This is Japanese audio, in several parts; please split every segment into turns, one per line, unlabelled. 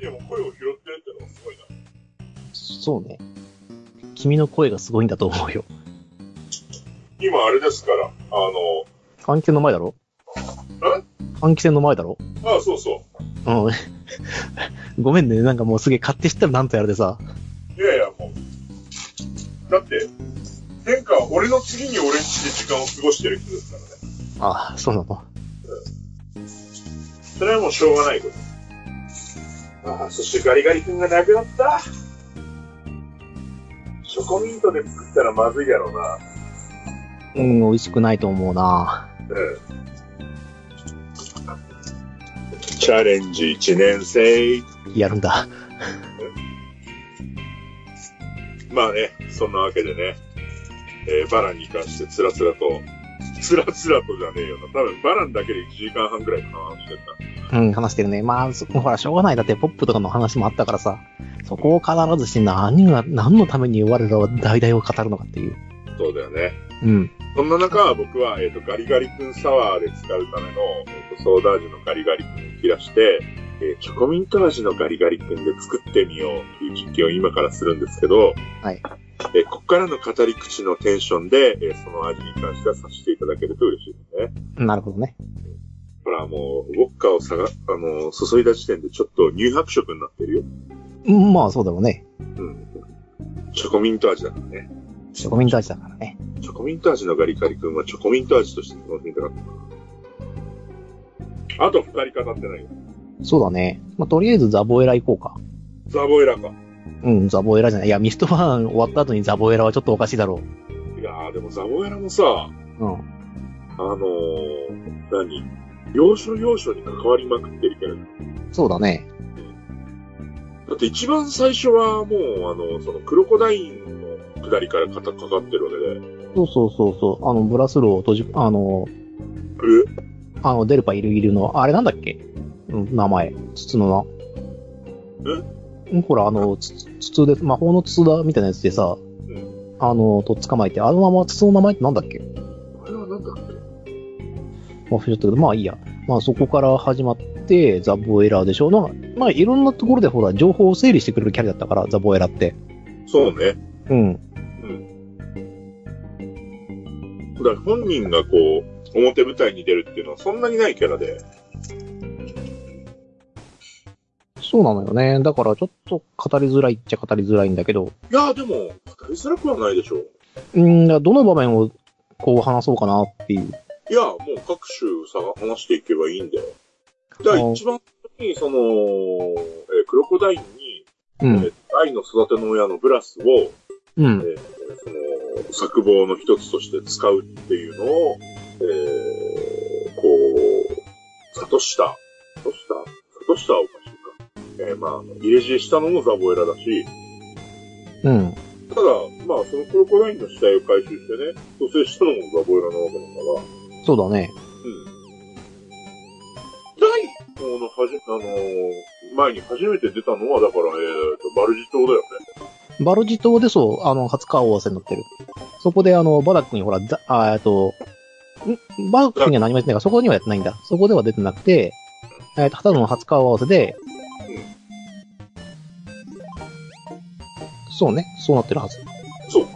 でも声を拾ってるってのがすごいな。
そうね。君の声がすごいんだと思うよ。
今あれですから、あ
換気扇の前だろ換気扇の前だろ
の、あそうそ
うん。 ごめんね。なんかもうすげえ勝手知ったらなんとやるでさ。
う。いやいや、もう。だって、天下は俺の次に俺んちで時間を過ごしてる人ですからね。
ああ、そうなの。
それはもうしょうがないこと。ああ、そしてガリガリ君が亡くなった。チョコミントで作ったらまずいやろうな。
うん、美味しくないと思うな。
チャレンジ1年生。
やるんだ。
まあね、そんなわけでね、えーバランに関してつらつらと、つらつらとじゃねえよな。多分バランだけで1時間半くらいかな、してた。
うん、話してるね。まあ、そほら、しょうがない。だって、ポップとかの話もあったからさ。そこを必ずし何が、何のために我らは代々を語るのかっていう。
そうだよね。
うん。
そんな中、僕は、えっ、と、ガリガリ君サワーで使うための、えーとソーダ味のガリガリ君を切らして、えーチョコミント味のガリガリ君で作ってみようっていう実験を今からするんですけど、
はい。
えーここからの語り口のテンションで、えーその味に関してはさせていただけると嬉しいですね。
なるほどね。
ほら、もう、ウォッカをさが、あの、注いだ時点でちょっと乳白色になってるよ。
うんまあ、そうだろうね。
うん。チョコミント味だからね。
チョコミント味だからね。
チョコミント味のガリガリ君はチョコミント味として楽しみたかった。あと二人語ってないよ。
そうだね。まあ、とりあえずザボエラ行こうか。
ザボエラか。
うん、ザボエラじゃない。いや、ミストファン終わった後にザボエラはちょっとおかしいだろ
いやー、でもザボエラもさ、
う。うん。
あのー、何要所要所に関わりまくってるけど。
そうだね。
だって一番最初はもう、あの、そのクロコダインの下りから肩かかってるわけで。
そうそうそうそう。あの、ブラスローを閉じ、あの、
くる
あの、デルパイルイルの、あれなんだっけうん名前。筒の名。えほら、あの、つ筒で、魔法の筒だみたいなやつでさ、
ん
あの、とっ捕まえて、あのまま筒の名前ってなんだっけ
あれはなんだっけ
忘れちゃったけど、まあいいや。まあそこから始まって、ザ・ボエラーでしょ。まあ、まあいろんなところでほら、情報を整理してくれるキャラだったから、ザ・ボエラって。
そうね。
うん。
だから本人がこう、表舞台に出るっていうのはそんなにないキャラで。
そうなのよね。だからちょっと語りづらいっちゃ語りづらいんだけど、
いやーでも、語りづらくはないでしょう。
うん、だからどの場面をこう話そうかなっていう。
いやーもう各種さ、話していけばいいんだよ。だから一番最初に、その、えークロコダインに、
う
え
ん。
ー愛の育ての親のブラスを、
うん。
その、作望の一つとして使うっていうのを、えー、こう、悟した。悟した悟したはおかしいか。えー、まああの、入れ知恵したのもザボエラだし、
うん。
ただ、まあ、そのクロコダインの死体を回収してね、蘇生したのもザボエラなわけだから、
そうだね。
うん。第一報のはじ、あのー前に初めて出たのは、だから、えーと、バルジ島だよね。
バルジ島でそう、あの、初顔合わせになってる。そこで、あの、バダックにほら、ざあーえっと、んバダックには何もやってないから、そこにはやってないんだ。そこでは出てなくて、えっと、ただの初顔合わせで、そうね、そうなってるはず。
そうか。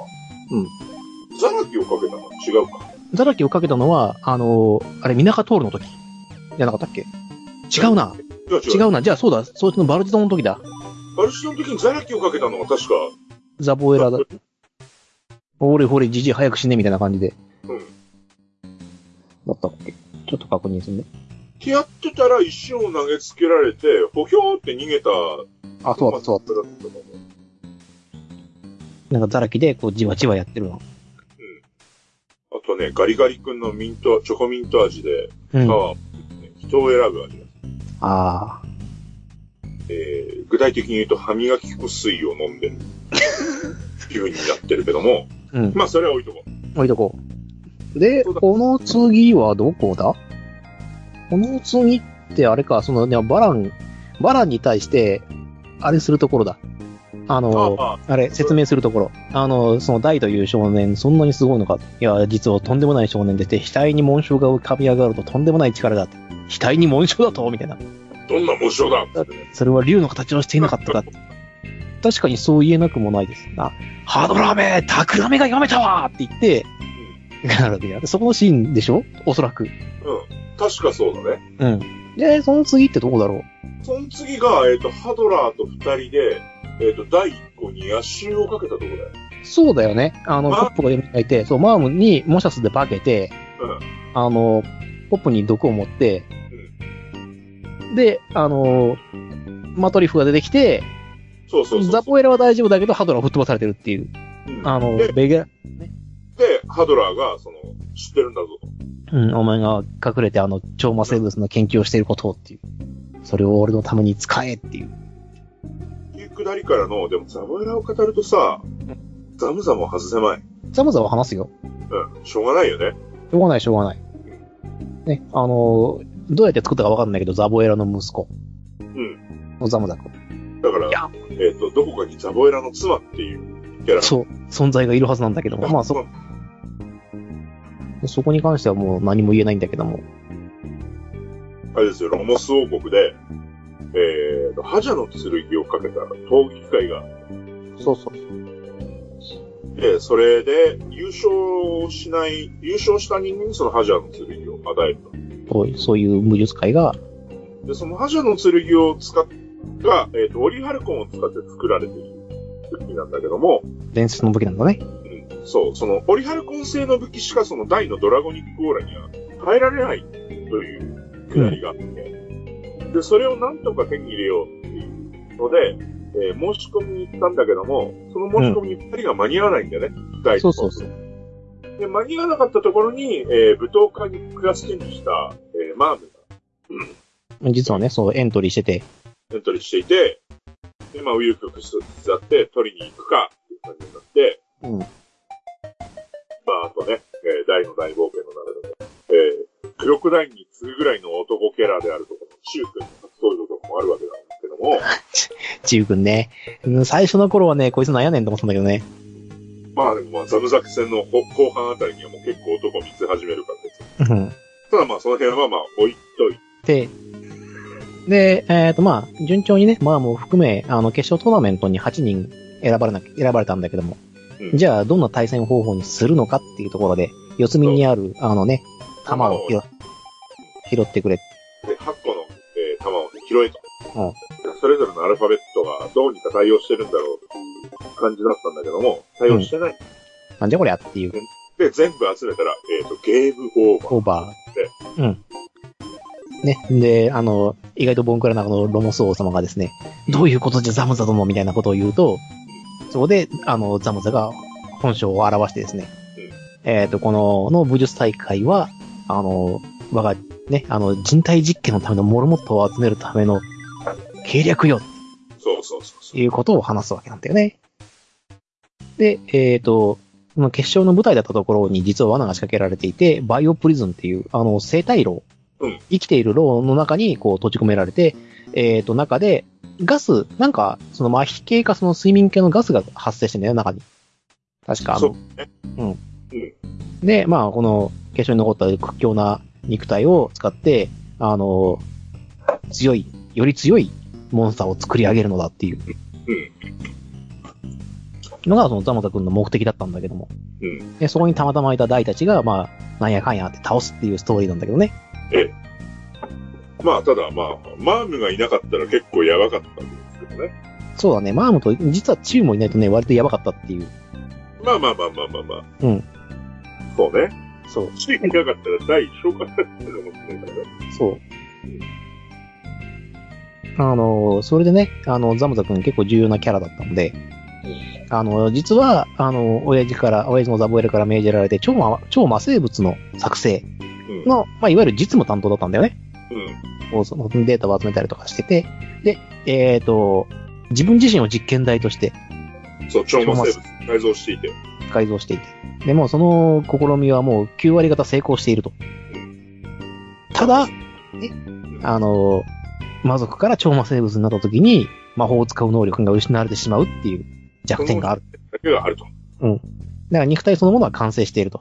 うん。
ザラキをかけたのは違うか。
ザラキをかけたのは、あの、あれ、ミナカトールの時。じゃなかったっけ違うな。
違う違
違
う。
うな。じゃあ、そうだ。そいつのバルジ島の時だ。
バルシの時にザラキをかけたのが確か、
ザボエラだ。おれほれ、じじい早く死ね、みたいな感じで。
うん
だったっけちょっと確認するね。
ってやってたら石を投げつけられて、ほひょーって逃げた。
あ、そうだった、そうだっ
だったと思う。
た。なんか、ザラキで、こう、じわじわやってるの。
あとね、ガリガリ君のミント、チョコミント味で、
うん。
パ
あ
ワー、ね人を選ぶ味です。
あー。
えー具体的に言うと歯磨き粉水を飲んでる。っていう風になってるけども、
うん。
まあそれは置いとこう。
置いとこう。で、
そうだ
この次はどこだこの次ってあれか、その、ね、バラン、バランに対して、あれするところだ。あの、
ああ、
あれ、説明するところ。あの、その、大という少年、そんなにすごいのか。いや、実はとんでもない少年でして、額に紋章が浮かび上がるととんでもない力だって。額に紋章だとみたいな。
どんな紋章だってね
それは竜の形をしていなかったか。確かにそう言えなくもないですな。ハードラーメンタクラメが読めたわって言って、なるわけだ。そこのシーンでしょおそらく。
確かそうだね。
うん。で、その次ってどこだろ
その次が、えっ、と、ハドラーと二人で、えっ、と、第一個に野襲をかけたところだよ。
うそうだよね。あの、ポ
あ
ップが読み替えて、そう、マームにモシャスで化けて、
うん
あの、ポップに毒を持って、で、あの、マトリフが出てきて、
そうそうそうそう。
ザポエラは大丈夫だけど、ハドラーを吹っ飛ばされてるっていう。
うん
あの
で、、
ベゲラ、
で、ハドラーが、その、知ってるんだぞと。
うん、お前が隠れてあの、超魔生物の研究をしていることをっていう。それを俺のために使えっていう。
っていうくだりからの、でもザボエラを語るとさ、ザムザムは外せまい。
ざまざま話すよ。
うん。しょうがないよね。
しょうがない、しょうがない。ね、あの、どうやって作ったかわかんないけど、ザボエラの息子。
ん
のザムザ君。
だから
いや、
えっ、と、どこかにザボエラの妻っていうキャラ。
そう、存在がいるはずなんだけども。まあ、そ、そこに関してはもう何も言えないんだけども。
あれですよ、ロモス王国で、えーと、覇者の剣をかけた闘技会があっ
そうそう。
て、それで優勝しない、優勝した人間にその覇者の剣を与えると。
そうそういう武術会が、
で、その覇者の剣を使っが、えっ、と、オリハルコンを使って作られている武器なんだけども、
伝説の武器なんだね。
うんそう、その、オリハルコン製の武器しかその大のドラゴニックオーラには耐えられないというくだりがあって、で、それをなんとか手に入れようっていうので、えー申し込みに行ったんだけども、その申し込みに2人が間に合わないんだよね、大
そ
と
うそうそう。
で、間に合わなかったところに、えー、武闘家にクラスチェンジした、えーマームが
実はね、そう、エントリーしてて、
エントリーしていて、で、まあ、右翼曲折あって、取りに行くか、っていう感じになって、
うん
まあ、あとね、えー大の大冒険の中でも、えー、クロクダインに次ぐぐらいの男キャラであるところ、シュー君の格闘力とかもあるわけなんですけども、
チウ君ね。うん最初の頃はね、こいつ悩んねんと思ってたんだけどね。
まあ、でもまあ、ザムザク戦の後後半あたりにはもう結構男見つ始めるからです。
うん。
ただまあ、その辺はまあ、置いといて、
で、で、えっ、と、まあ、順調にね、まあもう含め、あの、決勝トーナメントに8人選ばれな、選ばれたんだけども、
うん
じゃあ、どんな対戦方法にするのかっていうところで、四隅にある、あのね、玉を拾拾ってくれ。
で、8個の、えー、弾を拾えと。
うん
それぞれのアルファベットがどうにか対応してるんだろうっていう感じだったんだけども、対応してない。
なんじゃこりゃっていう、
で、全部集めたら、えっ、と、ゲームオーバー。
オーバー。うん。ね。で、あの、意外とボンクラなこのロモス王様がですね、どういうことじゃザムザ殿みたいなことを言うと、そこで、あの、ザムザが本性を表してですね、えっ、と、この、の武術大会は、あの、我が、ね、あの、人体実験のためのモルモットを集めるための計略よ、
そうそうそうそう。
いうことを話すわけなんだよね。で、えっ、と、この決勝の舞台だったところに実は罠が仕掛けられていて、バイオプリズンっていう、あの、生体炉、
うん
生きている炉の中にこう閉じ込められて、えっ、と、中で、ガス、なんか、その麻痺系かその睡眠系のガスが発生してんだよ、中に。確か、あ
そ
の
う、ね。
で、まあ、この決勝に残った屈強な肉体を使って、あの、強い、より強いモンスターを作り上げるのだっていう。のが、そのザマザ君の目的だったんだけども。
うん
でそこにたまたまいた大たちが、まあ、なんやかんやって倒すっていうストーリーなんだけどね。
まあ、ただ、まあ、マームがいなかったら結構やばかったんですけどね。
そうだね、マームと、実はチームもいないとね、割とやばかったっていう。
まあまあまあまあまあまあ。
うん。
そうね。
そう、
チームいなかったら大消化されてると思ってるからね。
そう。あの、それでね、あの、ザムザ君結構重要なキャラだったんで、あの、実は、あの、親父から、親父のザボエルから命じられて、超魔、超魔生物の作成
うん。
の、まあ、いわゆる実務担当だったんだよね。
うん。
こうそのデータを集めたりとかしてて、で、えっ、と、自分自身を実験台として
そう、超魔生物改造していて。
改造していて、でもうその試みはもう9割方成功していると。ただ、ね、あの、魔族から超魔生物になった時に魔法を使う能力が失われてしまうっていう弱点がある。
だけがあると。
だから肉体そのものは完成していると。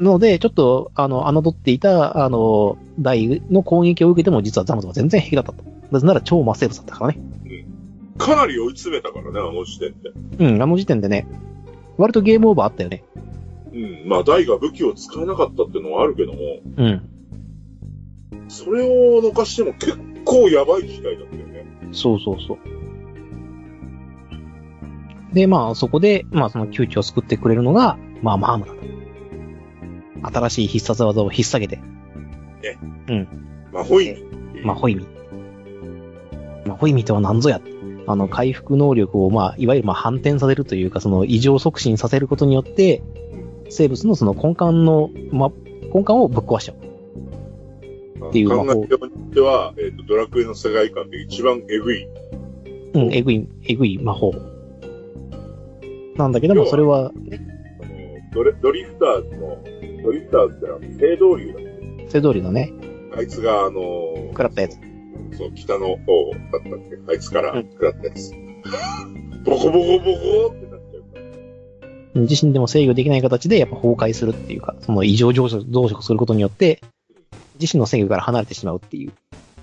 ので、ちょっと、あの、侮っていた、あの、台の攻撃を受けても、実はザムズは全然平気だったと。なぜなら超マセーブスだったからね。
かなり追い詰めたからね、あの時点で。
うん、あの時点でね、割とゲームオーバーあったよね。
うん。まあ、大が武器を使えなかったっていうのはあるけども、
うん。
それを逃しても結構やばい時代だったよね。
そうそうそう。で、まあ、そこで、まあ、その窮地を救ってくれるのが、まあ、マームだと。新しい必殺技を引っ提げて、
まあ、ホイミっていう
まあ、ホイミ。まあ、ホイミとは何ぞや。あの、回復能力を、まあ、いわゆる、まあ、反転させるというか、その、異常促進させることによって、生物のその根幹の、まあ、根幹をぶっ壊しちゃう。っていう
考
魔法
えようによっては、えっ、と、ドラクエの世界観で一番エグい。
うん、えぐい、えぐい魔法。なんだけども、それは、
あのドレドリフターズの、ドリフターズってあの、青銅竜だ
背通りのね、
あいつが、あのー
食らったやつ。
そう、北の方だったっけあいつから
うん
食らったやつ。 ボコボコボコってなっちゃうから。
自身でも制御できない形でやっぱ崩壊するっていうか、その異常増殖増殖することによって、自身の制御から離れてしまうっていう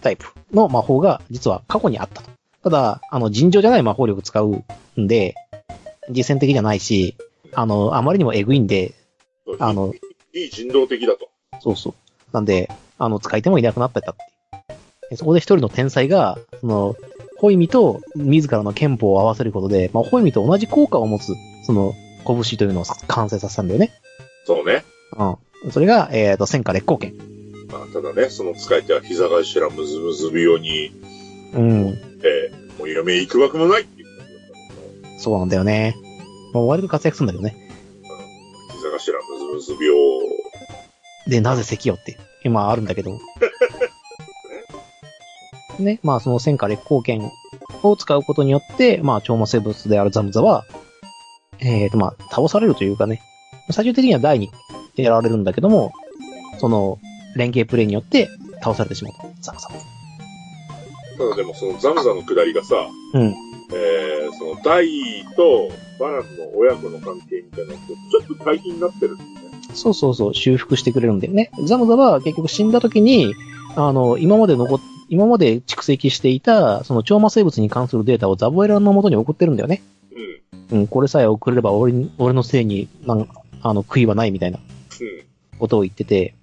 タイプの魔法が実は過去にあったと。ただ、あの、尋常じゃない魔法力使うんで、実践的じゃないし、あの、あまりにもえぐいんで、
そう
あの
いいいい人道的だと。
そうそう。なんで、あの、使い手もいなくなってたっていうでそこで一人の天才が、その、ホイミと自らの憲法を合わせることで、まあ、ホイミと同じ効果を持つ、その、拳というのを完成させたんだよね。
そうね。
うん。それが、えっ、と、戦火烈光剣。
まあ、ただね、その使い手は膝頭むずむず病に、
うん。
えー、もう嫁へ行くわけもないっていう感じだったんだ
そうなんだよね。まあ、割と活躍するんだけどね。
けど、膝頭むずむず病を
で、なぜ石よって、今あるんだけど。 ね、まあ、その戦火烈光剣を使うことによって、まあ、超魔生物であるザムザは、えっ、と、まあ、倒されるというかね、最終的には第にやられるんだけども、その、連携プレイによって倒されてしまうと。ザムザは。
ただでもそのザムザの下りがさ、
うん。
えー、その大とバランの親子の関係みたいなのとちょっと対比になってるんだよね。
そうそうそう、修復してくれるんだよね。ザムザは結局死んだ時に、あの、今まで残っ、今まで蓄積していた、その超魔生物に関するデータをザボエラの元に送ってるんだよね。
うん。うん。
うん、これさえ送れれば俺に俺のせいに、なんあの、悔いはないみたいなことを言ってて、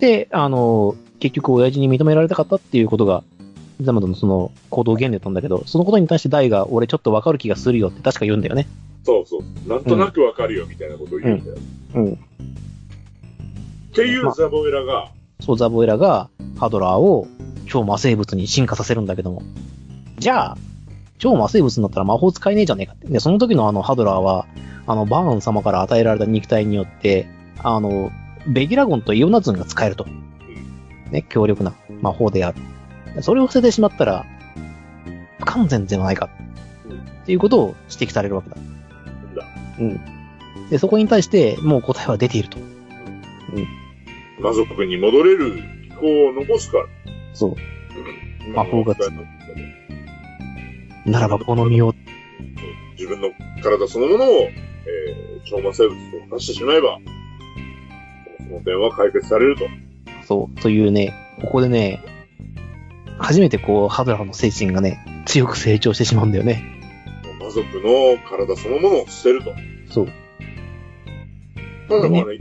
で、あの、結局親父に認められたかったっていうことが、ザムザのその行動原理だったんだけど、そのことに対してダイが俺ちょっとわかる気がするよって確か言うんだよね。
そうそう。なんとなくわかるよみたいなことを言うんだよ。
うん。
っていうザボエラが、
そう、ザボエラがハドラーを超魔生物に進化させるんだけども。じゃあ、超魔生物になったら魔法使えねえじゃねえかって。で、その時のあのハドラーは、あの、バーン様から与えられた肉体によって、あの、ベギラゴンとイオナズンが使えると。ね、強力な魔法である。でそれを捨ててしまったら、不完全ではないか。っていうことを指摘されるわけだ。
なんだ、
で、そこに対して、もう答えは出ていると。
魔族に戻れる気候を残すから。
そう。
うん
魔法がつならばこの身を、
自分の体そのものを、えー、超魔生物と化してしまえば、その点は解決されると。
そう、というね、ここでね、初めてこう、ハドラーの精神がね、強く成長してしまうんだよね。
魔族の体そのものを捨てると。
そう。
ただまあね、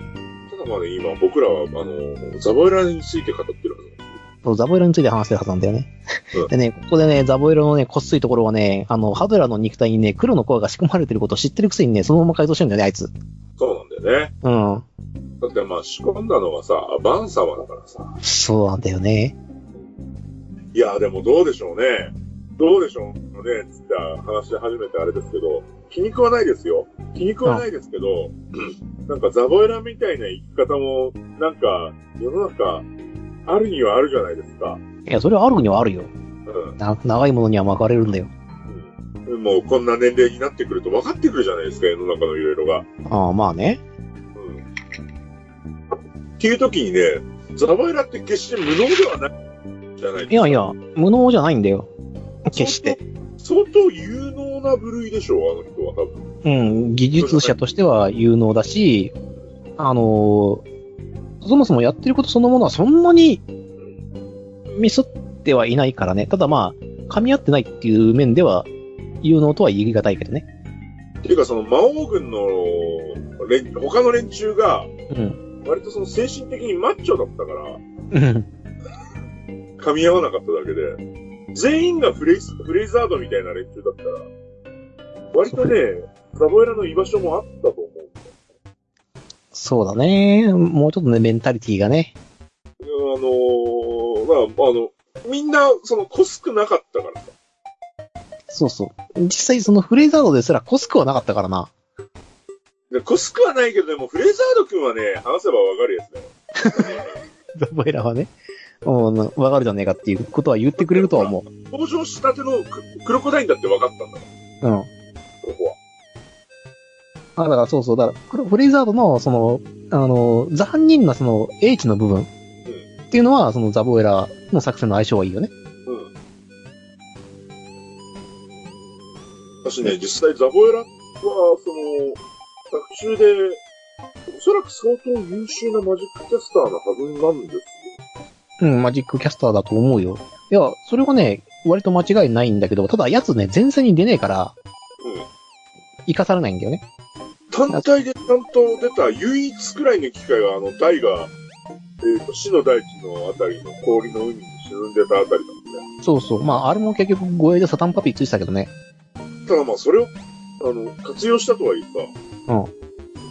ただまあね、今僕らは、あの、ザボエラについて語ってるはずなん
そうザボエラについて話してるはずなんだよね
うん。
でね、ここでね、ザボエラのね、こっすいところはね、あの、ハドラーの肉体にね、黒のコアが仕込まれてることを知ってるくせにね、そのまま改造してるんだよね、あいつ。
そうなんだよね。
うん。
だってまあ仕込んだのはさ、バン様だからさ。
そうなんだよね。
いや、でもどうでしょうね。どうでしょうね。つって話し始めてあれですけど、気に食わないですよ。気に食わないですけど、なんかザボエラみたいな生き方も、なんか世の中、あるにはあるじゃないですか。
いや、それはあるにはあるよ。
うん
な、長いものには巻かれるんだよ。
うん。もうこんな年齢になってくると分かってくるじゃないですか、世の中のいろいろが。
ああ、まあね。
うん。っていう時にね、ザボエラって決して無能ではないじゃない
いやいや、無能じゃないんだよ。決して。
相当有能な部類でしょう、あの人は多分。
うん、技術者としては有能だし、あのーそもそもやってることそのものはそんなにミスっってはいないからね。ただまあ、噛み合ってないっていう面では、有能とは言い難いけどね。
ていうか、その魔王軍の連、他の連中が、
うん。
割とその精神的にマッチョだったから、
うん。
噛み合わなかっただけで、全員がフレイスフレイザードみたいな連中だったら、割とね、ザボエラの居場所もあったと思う。
そうだね。もうちょっとね、メンタリティがね。
あのー、まあ、あの、みんな、その、こすくなかったからさ。
そうそう。実際そのフレーザードですらコスクはなかったからな。
でこすくはないけど、でも、フレイザード君はね、話せばわかるやつだよ。
ザボエラはね。うん、わかるじゃねえかっていうことは言ってくれるとは思
登場したてのククロコダインだって分かったんだから、
う。うん。
ここは。
あ、だからそうそう。だからフレ、フレイザードの、その、あの、残忍なその、英知の部分っていうのは、そのザボエラの作戦の相性はいいよね。
うん。私ね、実際、ザボエラは、その、学習で、おそらく相当優秀なマジックキャスターのはずなんですよ。
うん、マジックキャスターだと思うよ。いや、それはね、割と間違いないんだけど、ただ、やつね、前線に出ねえから、
うん。
生かされないんだよね。
単体でちゃんと出た唯一くらいの機会が、あの、大が、えっ、と、死の大地のあたりの氷の海に沈んでたあたりなんで、ね。
そうそう。まあ、あれも結局、護衛でサタンパピーついてたけどね。
ただまあ、それを、あの、活用したとはいえさ、
うん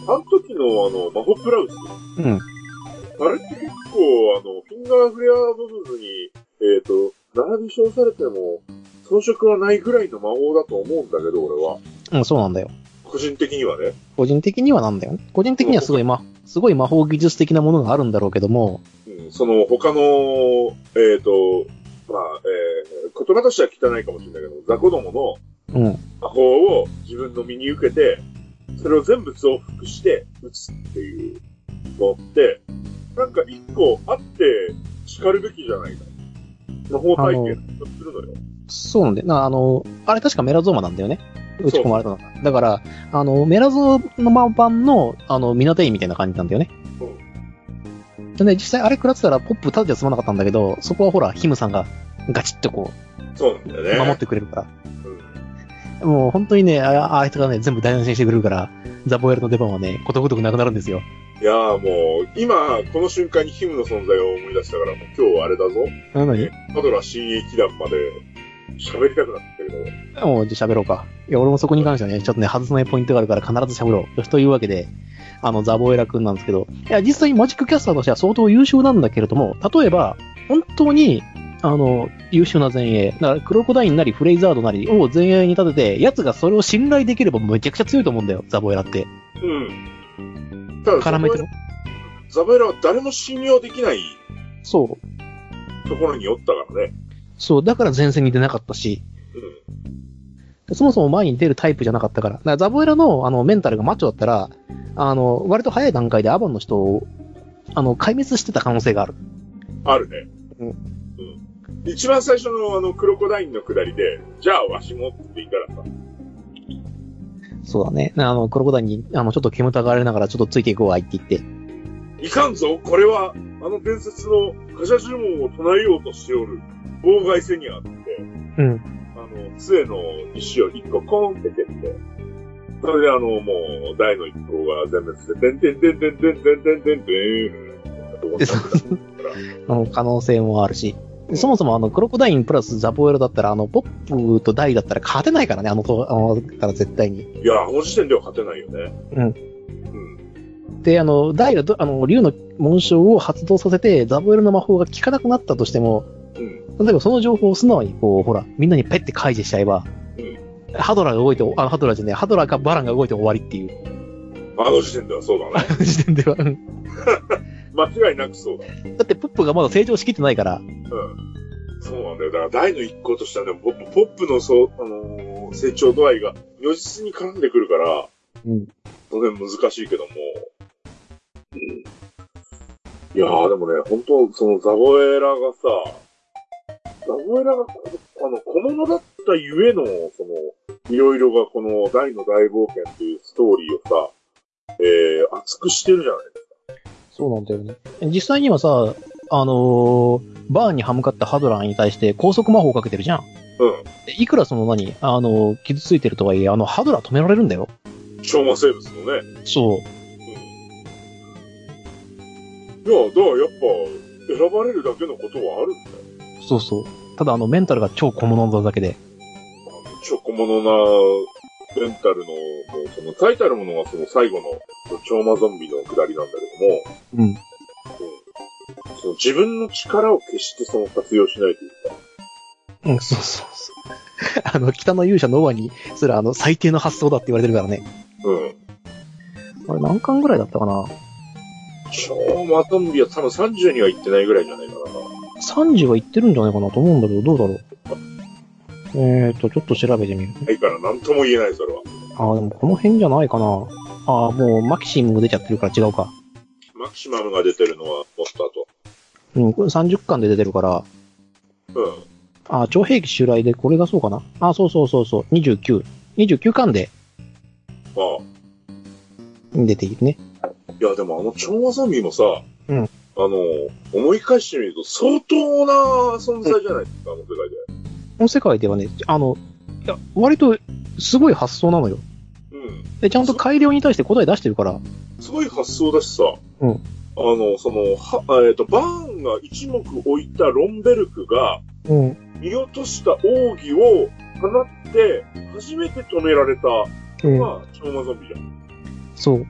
あの時の、あの、マホプラウス、
うん。
あれって結構、あの、フィンガーフレア部分に、えっ、と、並び称されても、遜色はないぐらいの魔法だと思うんだけど、俺は。
うん、そうなんだよ。
個人的にはね。
個人的にはなんだよね。個人的にはすごい、ま、すごい魔法技術的なものがあるんだろうけども、
うん、その他の、えっ、と、まあ、えー言葉としては汚いかもしれないけど、雑魚どもの
うん。
魔法を自分の身に受けて、それを全部増幅して打つっていうのって、なんか一個あって叱るべきじゃないか。魔法体験とするのよ。
そうなんだよ。な、あの、あれ確かメラゾーマなんだよね。打ち込まれたのが。だから、あの、メラゾーマ版の、あの、ミナテインみたいな感じなんだよね。でね、実際あれ食らってたらポップ立てては済まなかったんだけど、そこはほら、ヒムさんがガチッとこ
そうなんだよ
う、
ね。
守ってくれるから。もう本当にね、ああいつがね、全部台無しにしてくれるから、ザボエルの出番はね、ことごとくなくなるんですよ。
いやーもう、今、この瞬間にヒムの存在を思い出したから、もう今日はあれだぞ。
なのに、
パドラ新駅団まで喋りたくなってきたけど。
もう、じゃあ喋ろうか。いや、俺もそこに関してはね、ちょっとね、外せないポイントがあるから必ず喋ろう。よし、というわけで、あの、ザボエラ君なんですけど、いや、実際にマジックキャスターとしては相当優秀なんだけれども、例えば、本当に、あの、優秀な前衛、だから、クロコダインなり、フレイザードなりを前衛に立てて、奴がそれを信頼できればめちゃくちゃ強いと思うんだよ、ザボエラって。
うん。ただ、
絡めてる。
ザベラは誰も信用できない
そう。
ところにおったからね。
そう、だから前線に出なかったし、
うん。
そもそも前に出るタイプじゃなかったから。だからザボエラのあのメンタルがマッチョだったら、あの、割と早い段階でアバンの人を、あの、壊滅してた可能性がある。
あるね。
うん
うん。一番最初のあの、クロコダインの下りで、じゃあわしもって言ったらさ、
そうだね。あの、クロコダインに、あの、ちょっと煙たがられながら、ちょっとついていこうわいって言って。
いかんぞ、これは、あの伝説の貨車呪文を唱えようとしておる、妨害せにあって、
うん。
あの、杖の石を一個コーンって蹴って、それであの、もう、大の一行が全滅して、でんてんてんてんてんてんてんてんてんって
で、そあの、可能性もあるし。そもそもあの、クロコダインプラスザボエロだったら、あの、ポップとダイだったら勝てないからね、あのと、あの、から絶対に。
いや、あの時点では勝てないよね。
うん
うん。
で、あの、ダイがど、あの、竜の紋章を発動させて、ザボエロの魔法が効かなくなったとしても、
うん。
例えばその情報を素直にこう、ほら、みんなにペッて開示しちゃえば、
う
ハドラーが動いて、あ、ハドラーじゃねえ、ハドラーかバランが動いて終わりっていう、
あの時点ではそうだね。
時 点では。うん
間違いなくそうだ。
だって、ポップがまだ成長しきってないから、
うん。そうなんだよ。だから、大の一行としてはね、ポップポップのそう、あのー成長度合いが如実に絡んでくるから、
うん。
当然難しいけども。うん。いやー、でもね、本当そのザボエラがさ、ザボエラが、あの、小物だったゆえの、その、いろいろがこの大の大冒険っていうストーリーをさ、えー、熱くしてるじゃない
そうなんだよね。実際にはさ、あのーバーンに歯向かったハドラーに対して高速魔法をかけてるじゃん。
う
でいくらその何、あのー傷ついてるとはいえ、あの、ハドラー止められるんだよ。
ん。超魔生物のね。
そう。
いや、だからやっぱ、選ばれるだけのことはあるんだよ。
そうそう。ただあの、メンタルが超小物なだけで。
ちょこものな、レンタルの、もうその、最たるものがその最後の、超魔ゾンビの下りなんだけども、
うん。
その自分の力を決してその活用しないというか、
うん、そうそうそう。 あの、北の勇者ノアにすらあの、最低の発想だって言われてるからね。
うん。
あれ何巻ぐらいだったかな
超マゾンビは多分30には行ってないぐらいじゃないかな。
?30 は言ってるんじゃないかなと思うんだけど、どうだろう。えーと、ちょっと調べてみる。
ないから何とも言えない、それは。
ああ、でもこの辺じゃないかな。ああ、もうマキシム出ちゃってるから違うか。
マキシマムが出てるのはモンスターと。
うん、これ30巻で出てるから、
うん。
ああ、超兵器襲来でこれがそうかな。ああ、そうそうそうそう、29。29巻で
まあ、
出ているね。
いや、でもあの超魔ゾンビもさ、
うん
あの、思い返してみると相当な存在じゃないですか、あの世界で。
この世界ではね、あの、いや、割とすごい発想なのよ。
うん。
で、ちゃんと改良に対して答え出してるから。
すごい発想だしさ、
うん
あの、その、は、えっ、と、バーンが一目置いたロンベルクが、
うん。
見落とした奥義を放って、初めて止められた、まあ、超魔ゾンビじゃん。
そう。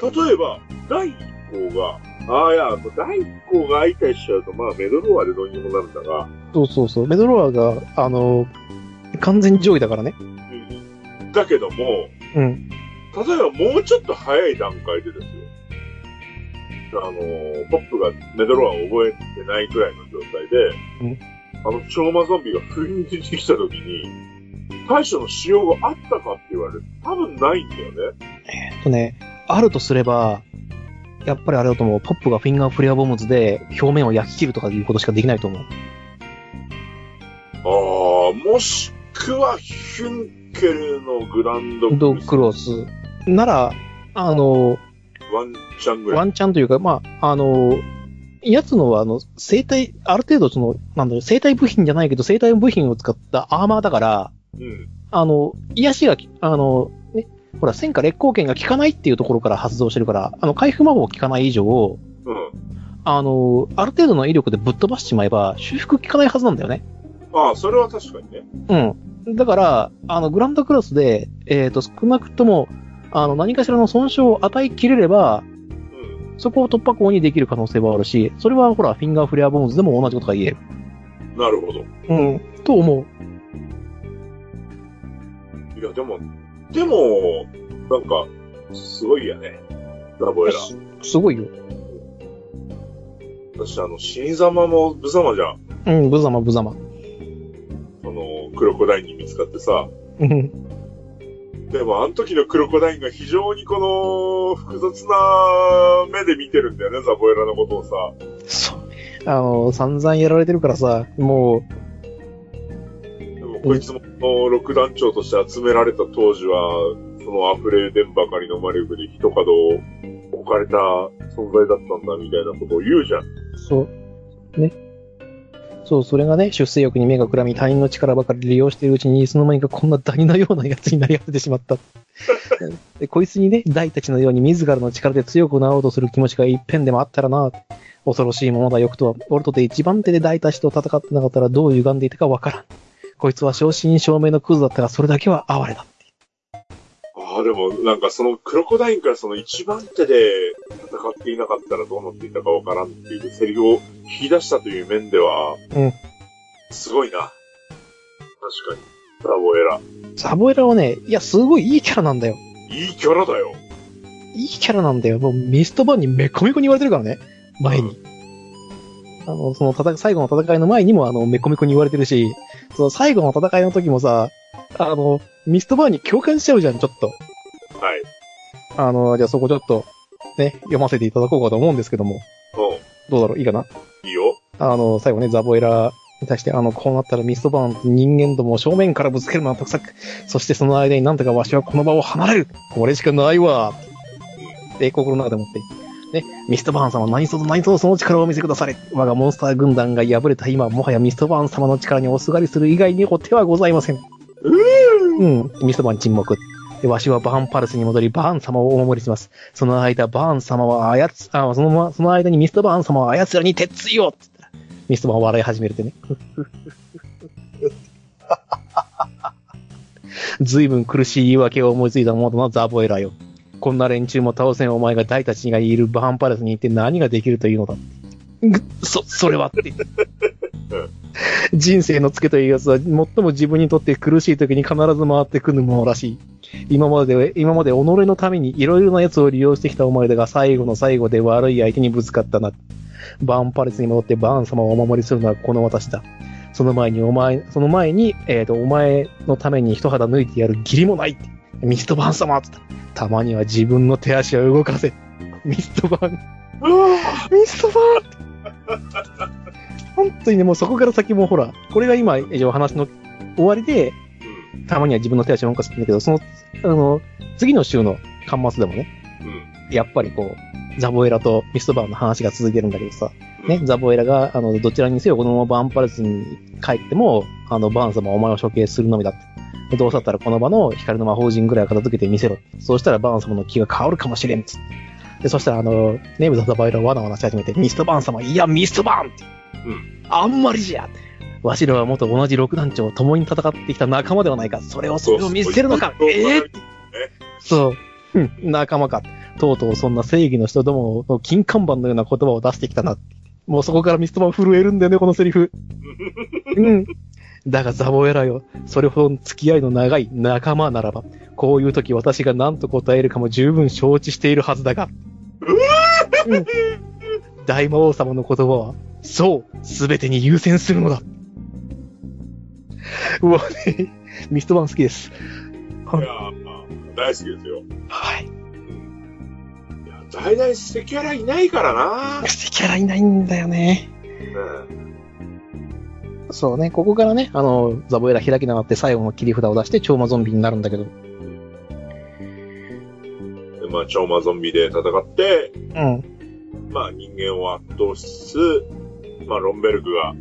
例えば、第1項が、ああ、いや、第1項が相対しちゃうと、まあ、メドローアでどうにでもなるんだが、
そうそうそう。メドローアが、あの、完全に上位だからね。
うん。だけども、
うん。
例えばもうちょっと早い段階でですよ。あのー、ポップがメドローアを覚えてないくらいの状態で、
うん
あの、超魔ゾンビが不意に出てきた時に、対処のしようがあったかって言われると多分ないんだよね。
えっとね、あるとすれば、やっぱりあれだと思う。ポップがフィンガーフレアボムズで表面を焼き切るとかいうことしかできないと思う。
ああ、もしくは、ヒュンケルのグランド
ド
ク
クロス。なら、あの、
ワンチャンぐらい
ワ。ンチャンというか、まあ、あの、やつのは、あの、生体、ある程度その、なんだろう、生体部品じゃないけど、生体部品を使ったアーマーだから、
うん。
あの、癒しがき、あの、ね、ほら、戦火烈光剣が効かないっていうところから発動してるから、あの、回復魔法効かない以上、
うん。
あの、ある程度の威力でぶっ飛ばしちまえば、修復効かないはずなんだよね。
ああ、それは確かにね。
うん。だから、あの、グランドクラスで、えっ、と、少なくとも、あの、何かしらの損傷を与えきれれば、
うん。
そこを突破口にできる可能性はあるし、それはほら、フィンガーフレアボーンズでも同じことが言える。
なるほど。
うん。と思う。
いや、でも、でも、なんか、すごいやね。ラボエラ。
すすごいよ。
私、あの、死ざまも無様じゃん。
うん、無様無様。
その、クロコダインに見つかってさ。
うん。
でも、あの時のクロコダインが非常にこの、複雑な目で見てるんだよね、ザボエラのことをさ。
そう。あの、散々やられてるからさ、もう、
でも、こいつも、六団長として集められた当時は、その溢れ出んばかりの魔力で一角を置かれた存在だったんだ、みたいなことを言うじゃん。
そう。ね。そう、それがね、出世欲に目がくらみ、他人の力ばかり利用しているうちに、いつの間にかこんなダニのようなやつになり果ててしまった。でこいつにね、大たちのように自らの力で強くなろうとする気持ちが一辺でもあったらな、恐ろしいものだ欲とは、俺とて一番手で大たちと戦ってなかったらどう歪んでいたかわからん。こいつは正真正銘のクズだったが、それだけは哀れだ。
ああ、でも、なんかそのクロコダインからその一番手で戦っていなかったらどうなっていたかわからんっていうセリフを引き出したという面では、
うん
すごいな。確かに。ブラボエラ。
サボエラはね、いや、すごいいいキャラなんだよ。
いいキャラだよ。
いいキャラなんだよ。もうミストバーンにめこめこに言われてるからね。前に。あの、その戦、最後の戦いの前にもあの、めこめこに言われてるし、その最後の戦いの時もさ、あの、ミストバーンに共感しちゃうじゃん、ちょっと。
はい。
あの、じゃあそこちょっと、ね、読ませていただこうかと思うんですけども、
う。
どうだろういいかなん
いいよ。
あの、最後ね、ザボエラに対して、あの、こうなったらミストバーンと人間どもを正面からぶつけるのは得策。そしてその間になんとかわしはこの場を離れる。これしかないわ。って心の中で思って。ね、ミストバーン様何卒何卒その力をお見せくだされ。我がモンスター軍団が敗れた今、もはやミストバーン様の力におすがりする以外にお手はございません。うん、ミストバーン沈黙。でわしはバーンパルスに戻り、バーン様をお守りします。その間、バーン様はあやつ、あ、そのま、その間にミストバーン様はあやつらに鉄槌をつったらミストバーン笑い始めるってね。ずいぶん苦しい言い訳を思いついたもののザボエラよ。こんな連中も倒せんお前が大たちがいるバーンパレスに行って何ができるというのだ。ぐそ、それはって。人生のツケというやつは最も自分にとって苦しい時に必ず回ってくるものらしい。今まで、今まで己のためにいろいろなやつを利用してきたお前だが最後の最後で悪い相手にぶつかったな。バーンパレスに戻ってバーン様をお守りするのはこの私だ。その前にお前、その前に、えっ、と、お前のために一肌脱いてやる義理もないって。ミストバーン様って言った。たまには自分の手足を動かせ。ミストバーン、ミストバーンって本当にね、もうそこから先もほら、これが今、以上話の終わりで、たまには自分の手足を動かせって言うんだけど、その、あの、次の週の巻末でもね、やっぱりこう、ザボエラとミストバーンの話が続いてるんだけどさ、ね、ザボエラが、あの、どちらにせよ、このままバーンパレスに帰っても、あの、バーン様はお前を処刑するのみだって。でどうせだったらこの場の光の魔法陣ぐらいは片付けてみせろ。そうしたらバーン様の気が変わるかもしれんっつって。で、そしたらあの、ネームザザバエラはわなわなし始めて、ミストバーン様、いや、ミストバーンって。
う
あんまりじゃわしらは元同じ六団長、共に戦ってきた仲間ではないか。それを、それを見捨てるのか。ええそう。うん仲間か。とうとうそんな正義の人どもの金看板のような言葉を出してきたな。もうそこからミストバン震えるんだよね、このセリフ。うん。だがザボエラよ。それほど付き合いの長い仲間ならば、こういう時私が何と答えるかも十分承知しているはずだが。うん大魔王様の言葉は、そう、すべてに優先するのだ。うわね、ミストバン好きです。
いやー大好きですよ。
はい。
いや、大々してキャラいないからな、ね
キャラいないんだよね。そうね、ここからね、あの、ザボエラ開き直って最後の切り札を出して超魔ゾンビになるんだけど。
でまあ、超魔ゾンビで戦って、
うん。
まあ、人間を圧倒しつつ、まあ、ロンベルクが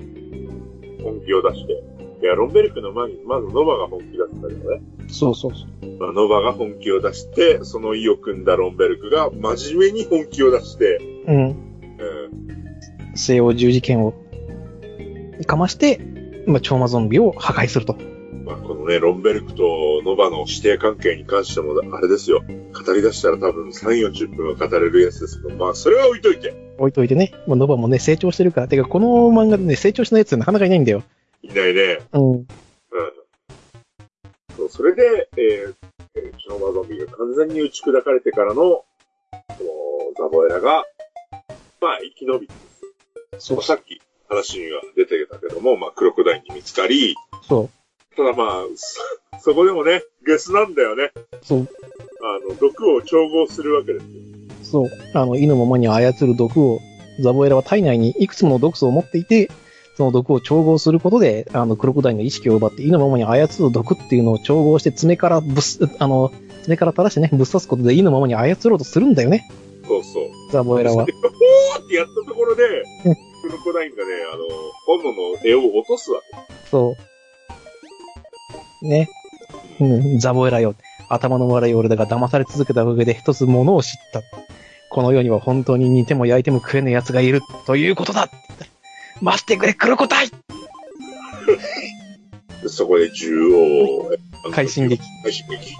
本気を出して、いや、ロンベルクの前に、まずノバが本気出したけどね。
そうそうそう。
まあ、ノバが本気を出して、その意を組んだロンベルクが真面目に本気を出して、
うん。
うん、
西洋十字剣をかまして、まあ、超魔ゾンビを破壊すると。
まあ、このね、ロンベルクとノバの指定関係に関しても、あれですよ。語り出したら多分3、40分は語れるやつですけど、まあ、それは置いといて。
置いといてね。まあ、ノバもね、成長してるから。てか、この漫画でね、成長しないやつなかなかいないんだよ。
いないね。
うん。
そうそれで、えー、えー、ノバゾンビが完全に打ち砕かれてからの、このザボエラが、まあ、生き延び、
そう
さっき話には出てたけども、まあ、クロコダインに見つかり、
そ
ただまあ、そ、 そこでもね、ゲスなんだよね。
う。そう。
あの、毒を調合するわけですよ。
そう。あの、意のままに操る毒を、ザボエラは体内にいくつもの毒素を持っていて、その毒を調合することで、あの、クロコダイルの意識を奪って、意のままに操る毒っていうのを調合して、爪からぶっす、あの、爪から垂らしてね、ぶっ刺すことで意のままに操ろうとするんだよね、
そうそう。
ザボエラは
で。 ほーってやったところで、クロコダインがね、あの、本能の絵を落とすわけ。
そう。ね。うん、ザボエラよ。頭の悪い俺だが騙され続けたおかげで一つ物を知った。この世には本当に煮ても焼いても食えぬ奴がいるということだ待ってくれ、クロコダイ
でそこで銃 を、あの
快進撃。
快進撃。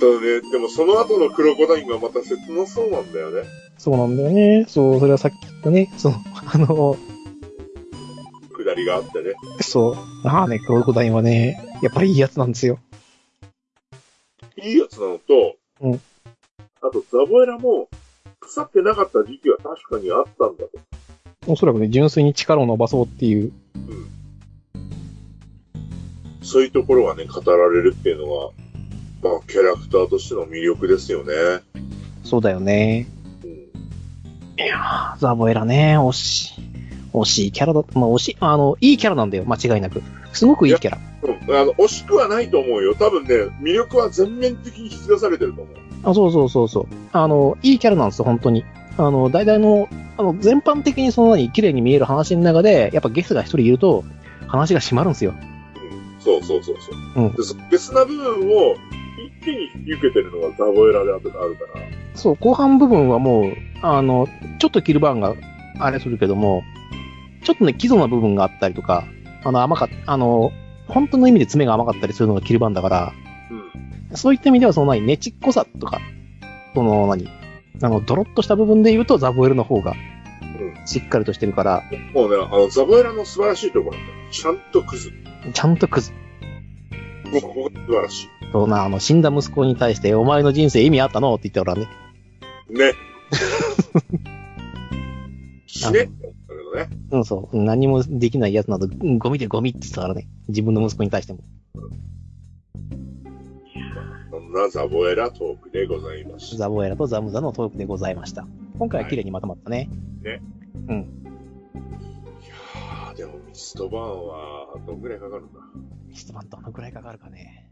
ただね、でもその後のクロコダインがまた切なそうなんだよね。
そうなんだよね。そう、それはさっき言ったね。その、 あの、
下りがあってね。
そう、ああね、クロコダインはね、やっぱりいいやつなんですよ。
いいやつなのと、
うん
あと、ザボエラも、腐ってなかった時期は確かにあったんだと。
おそらくね、純粋に力を伸ばそうっていう。
そういうところがね、語られるっていうのが、まあ、キャラクターとしての魅力ですよね。
そうだよね。
うん。
いやー、ザボエラね、惜しい。惜しいキャラだ。まあ、惜しい、あの、いいキャラなんだよ、間違いなく。すごくいいキャラ。
うんあの、惜しくはないと思うよ。多分ね、魅力は全面的に引き出されてると思う。
あ、そうそうそうそう。あの、いいキャラなんですよ、本当に。あの、大体の、あの、全般的にその何、綺麗に見える話の中で、やっぱゲスが一人いると、話が締まるんですよ。
うんそうそうそうそう。
うん
でそゲスな部分を一気に引き受けてるのがザボエラであるから、
そう、後半部分はもう、あの、ちょっとキルバーンが、あれするけども、ちょっとね、貴族な部分があったりとか、あの、甘かっあの、本当の意味で爪が甘かったりするのがキルバーンだから、
うん。
そういった意味では、その何、ねちっこさとか、その何、あの、ドロッとした部分で言うと、ザボエルの方が、しっかりとしてるから、
もうね、あの、ザボエラの素晴らしいところなんだよちゃんとクズ。
ちゃんとくず
そこが素晴らし
そうな、あの、死んだ息子に対して、お前の人生意味あったのって言っておらね。
い。ね。死ねって思ったけどね。
うん、そう。何もできないやつなど、うんゴミでゴミって言ってたからね。自分の息子に対しても。
そんなザボエラトークでございました。
ザボエラとザムザのトークでございました。今回は綺麗にまとまったね。
あーでもミストバーンはどんぐらいかかるんだ
ミストマンどのくらいかかるかね。